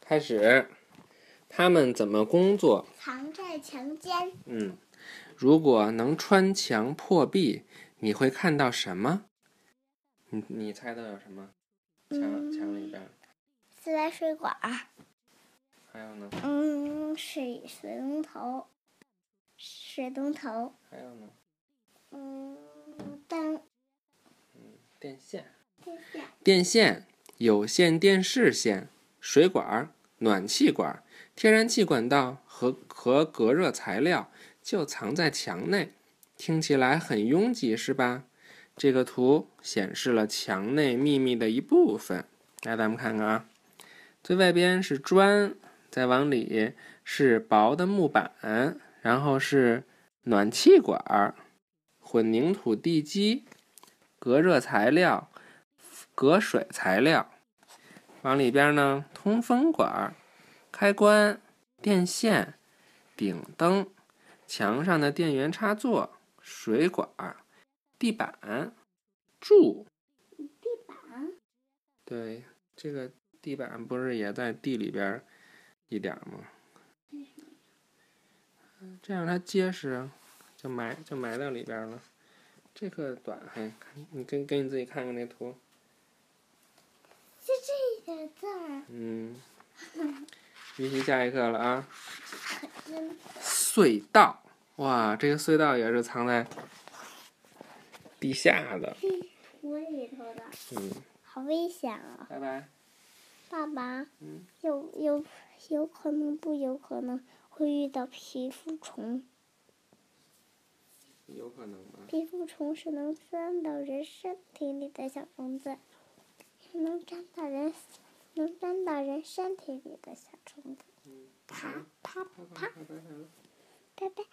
开始，他们怎么工作？藏在墙间，嗯，如果能穿墙破壁，你会看到什么？你你猜到有什么？墙墙里边儿自来嗯水管儿，还有呢？嗯，水水龙头，水龙头，还有呢？嗯，灯，电线。电线，电线、有线电视线、水管儿、暖气管儿、天然气管道和和隔热材料就藏在墙内，听起来很拥挤，是吧？这个图显示了墙内秘密的一部分。来，咱们看看啊，最外边是砖，再往里是薄的木板，然后是暖气管儿、混凝土地基、隔热材料、隔水材料，往里边呢通风管儿、开关、电线、顶灯、墙上的电源插座、水管儿、地板、柱。地板，对，这个地板不是也在地里边儿一点儿吗？嗯这样它结实啊，就埋就埋到里边儿了。这个短还，看你跟跟你自己看看那图。就这一点字儿，嗯，预习下一课了啊。真隧道，哇，这个隧道也是藏在地下的。地图里头的，嗯，好危险啊！拜拜。爸爸，嗯有有有可能不有可能会遇到皮肤虫，有可能吧。皮肤虫是能钻到人身体里的小虫子，是能粘到人，能粘到人身体里的小虫子。啪啪啪，拜拜拜拜拜。拜。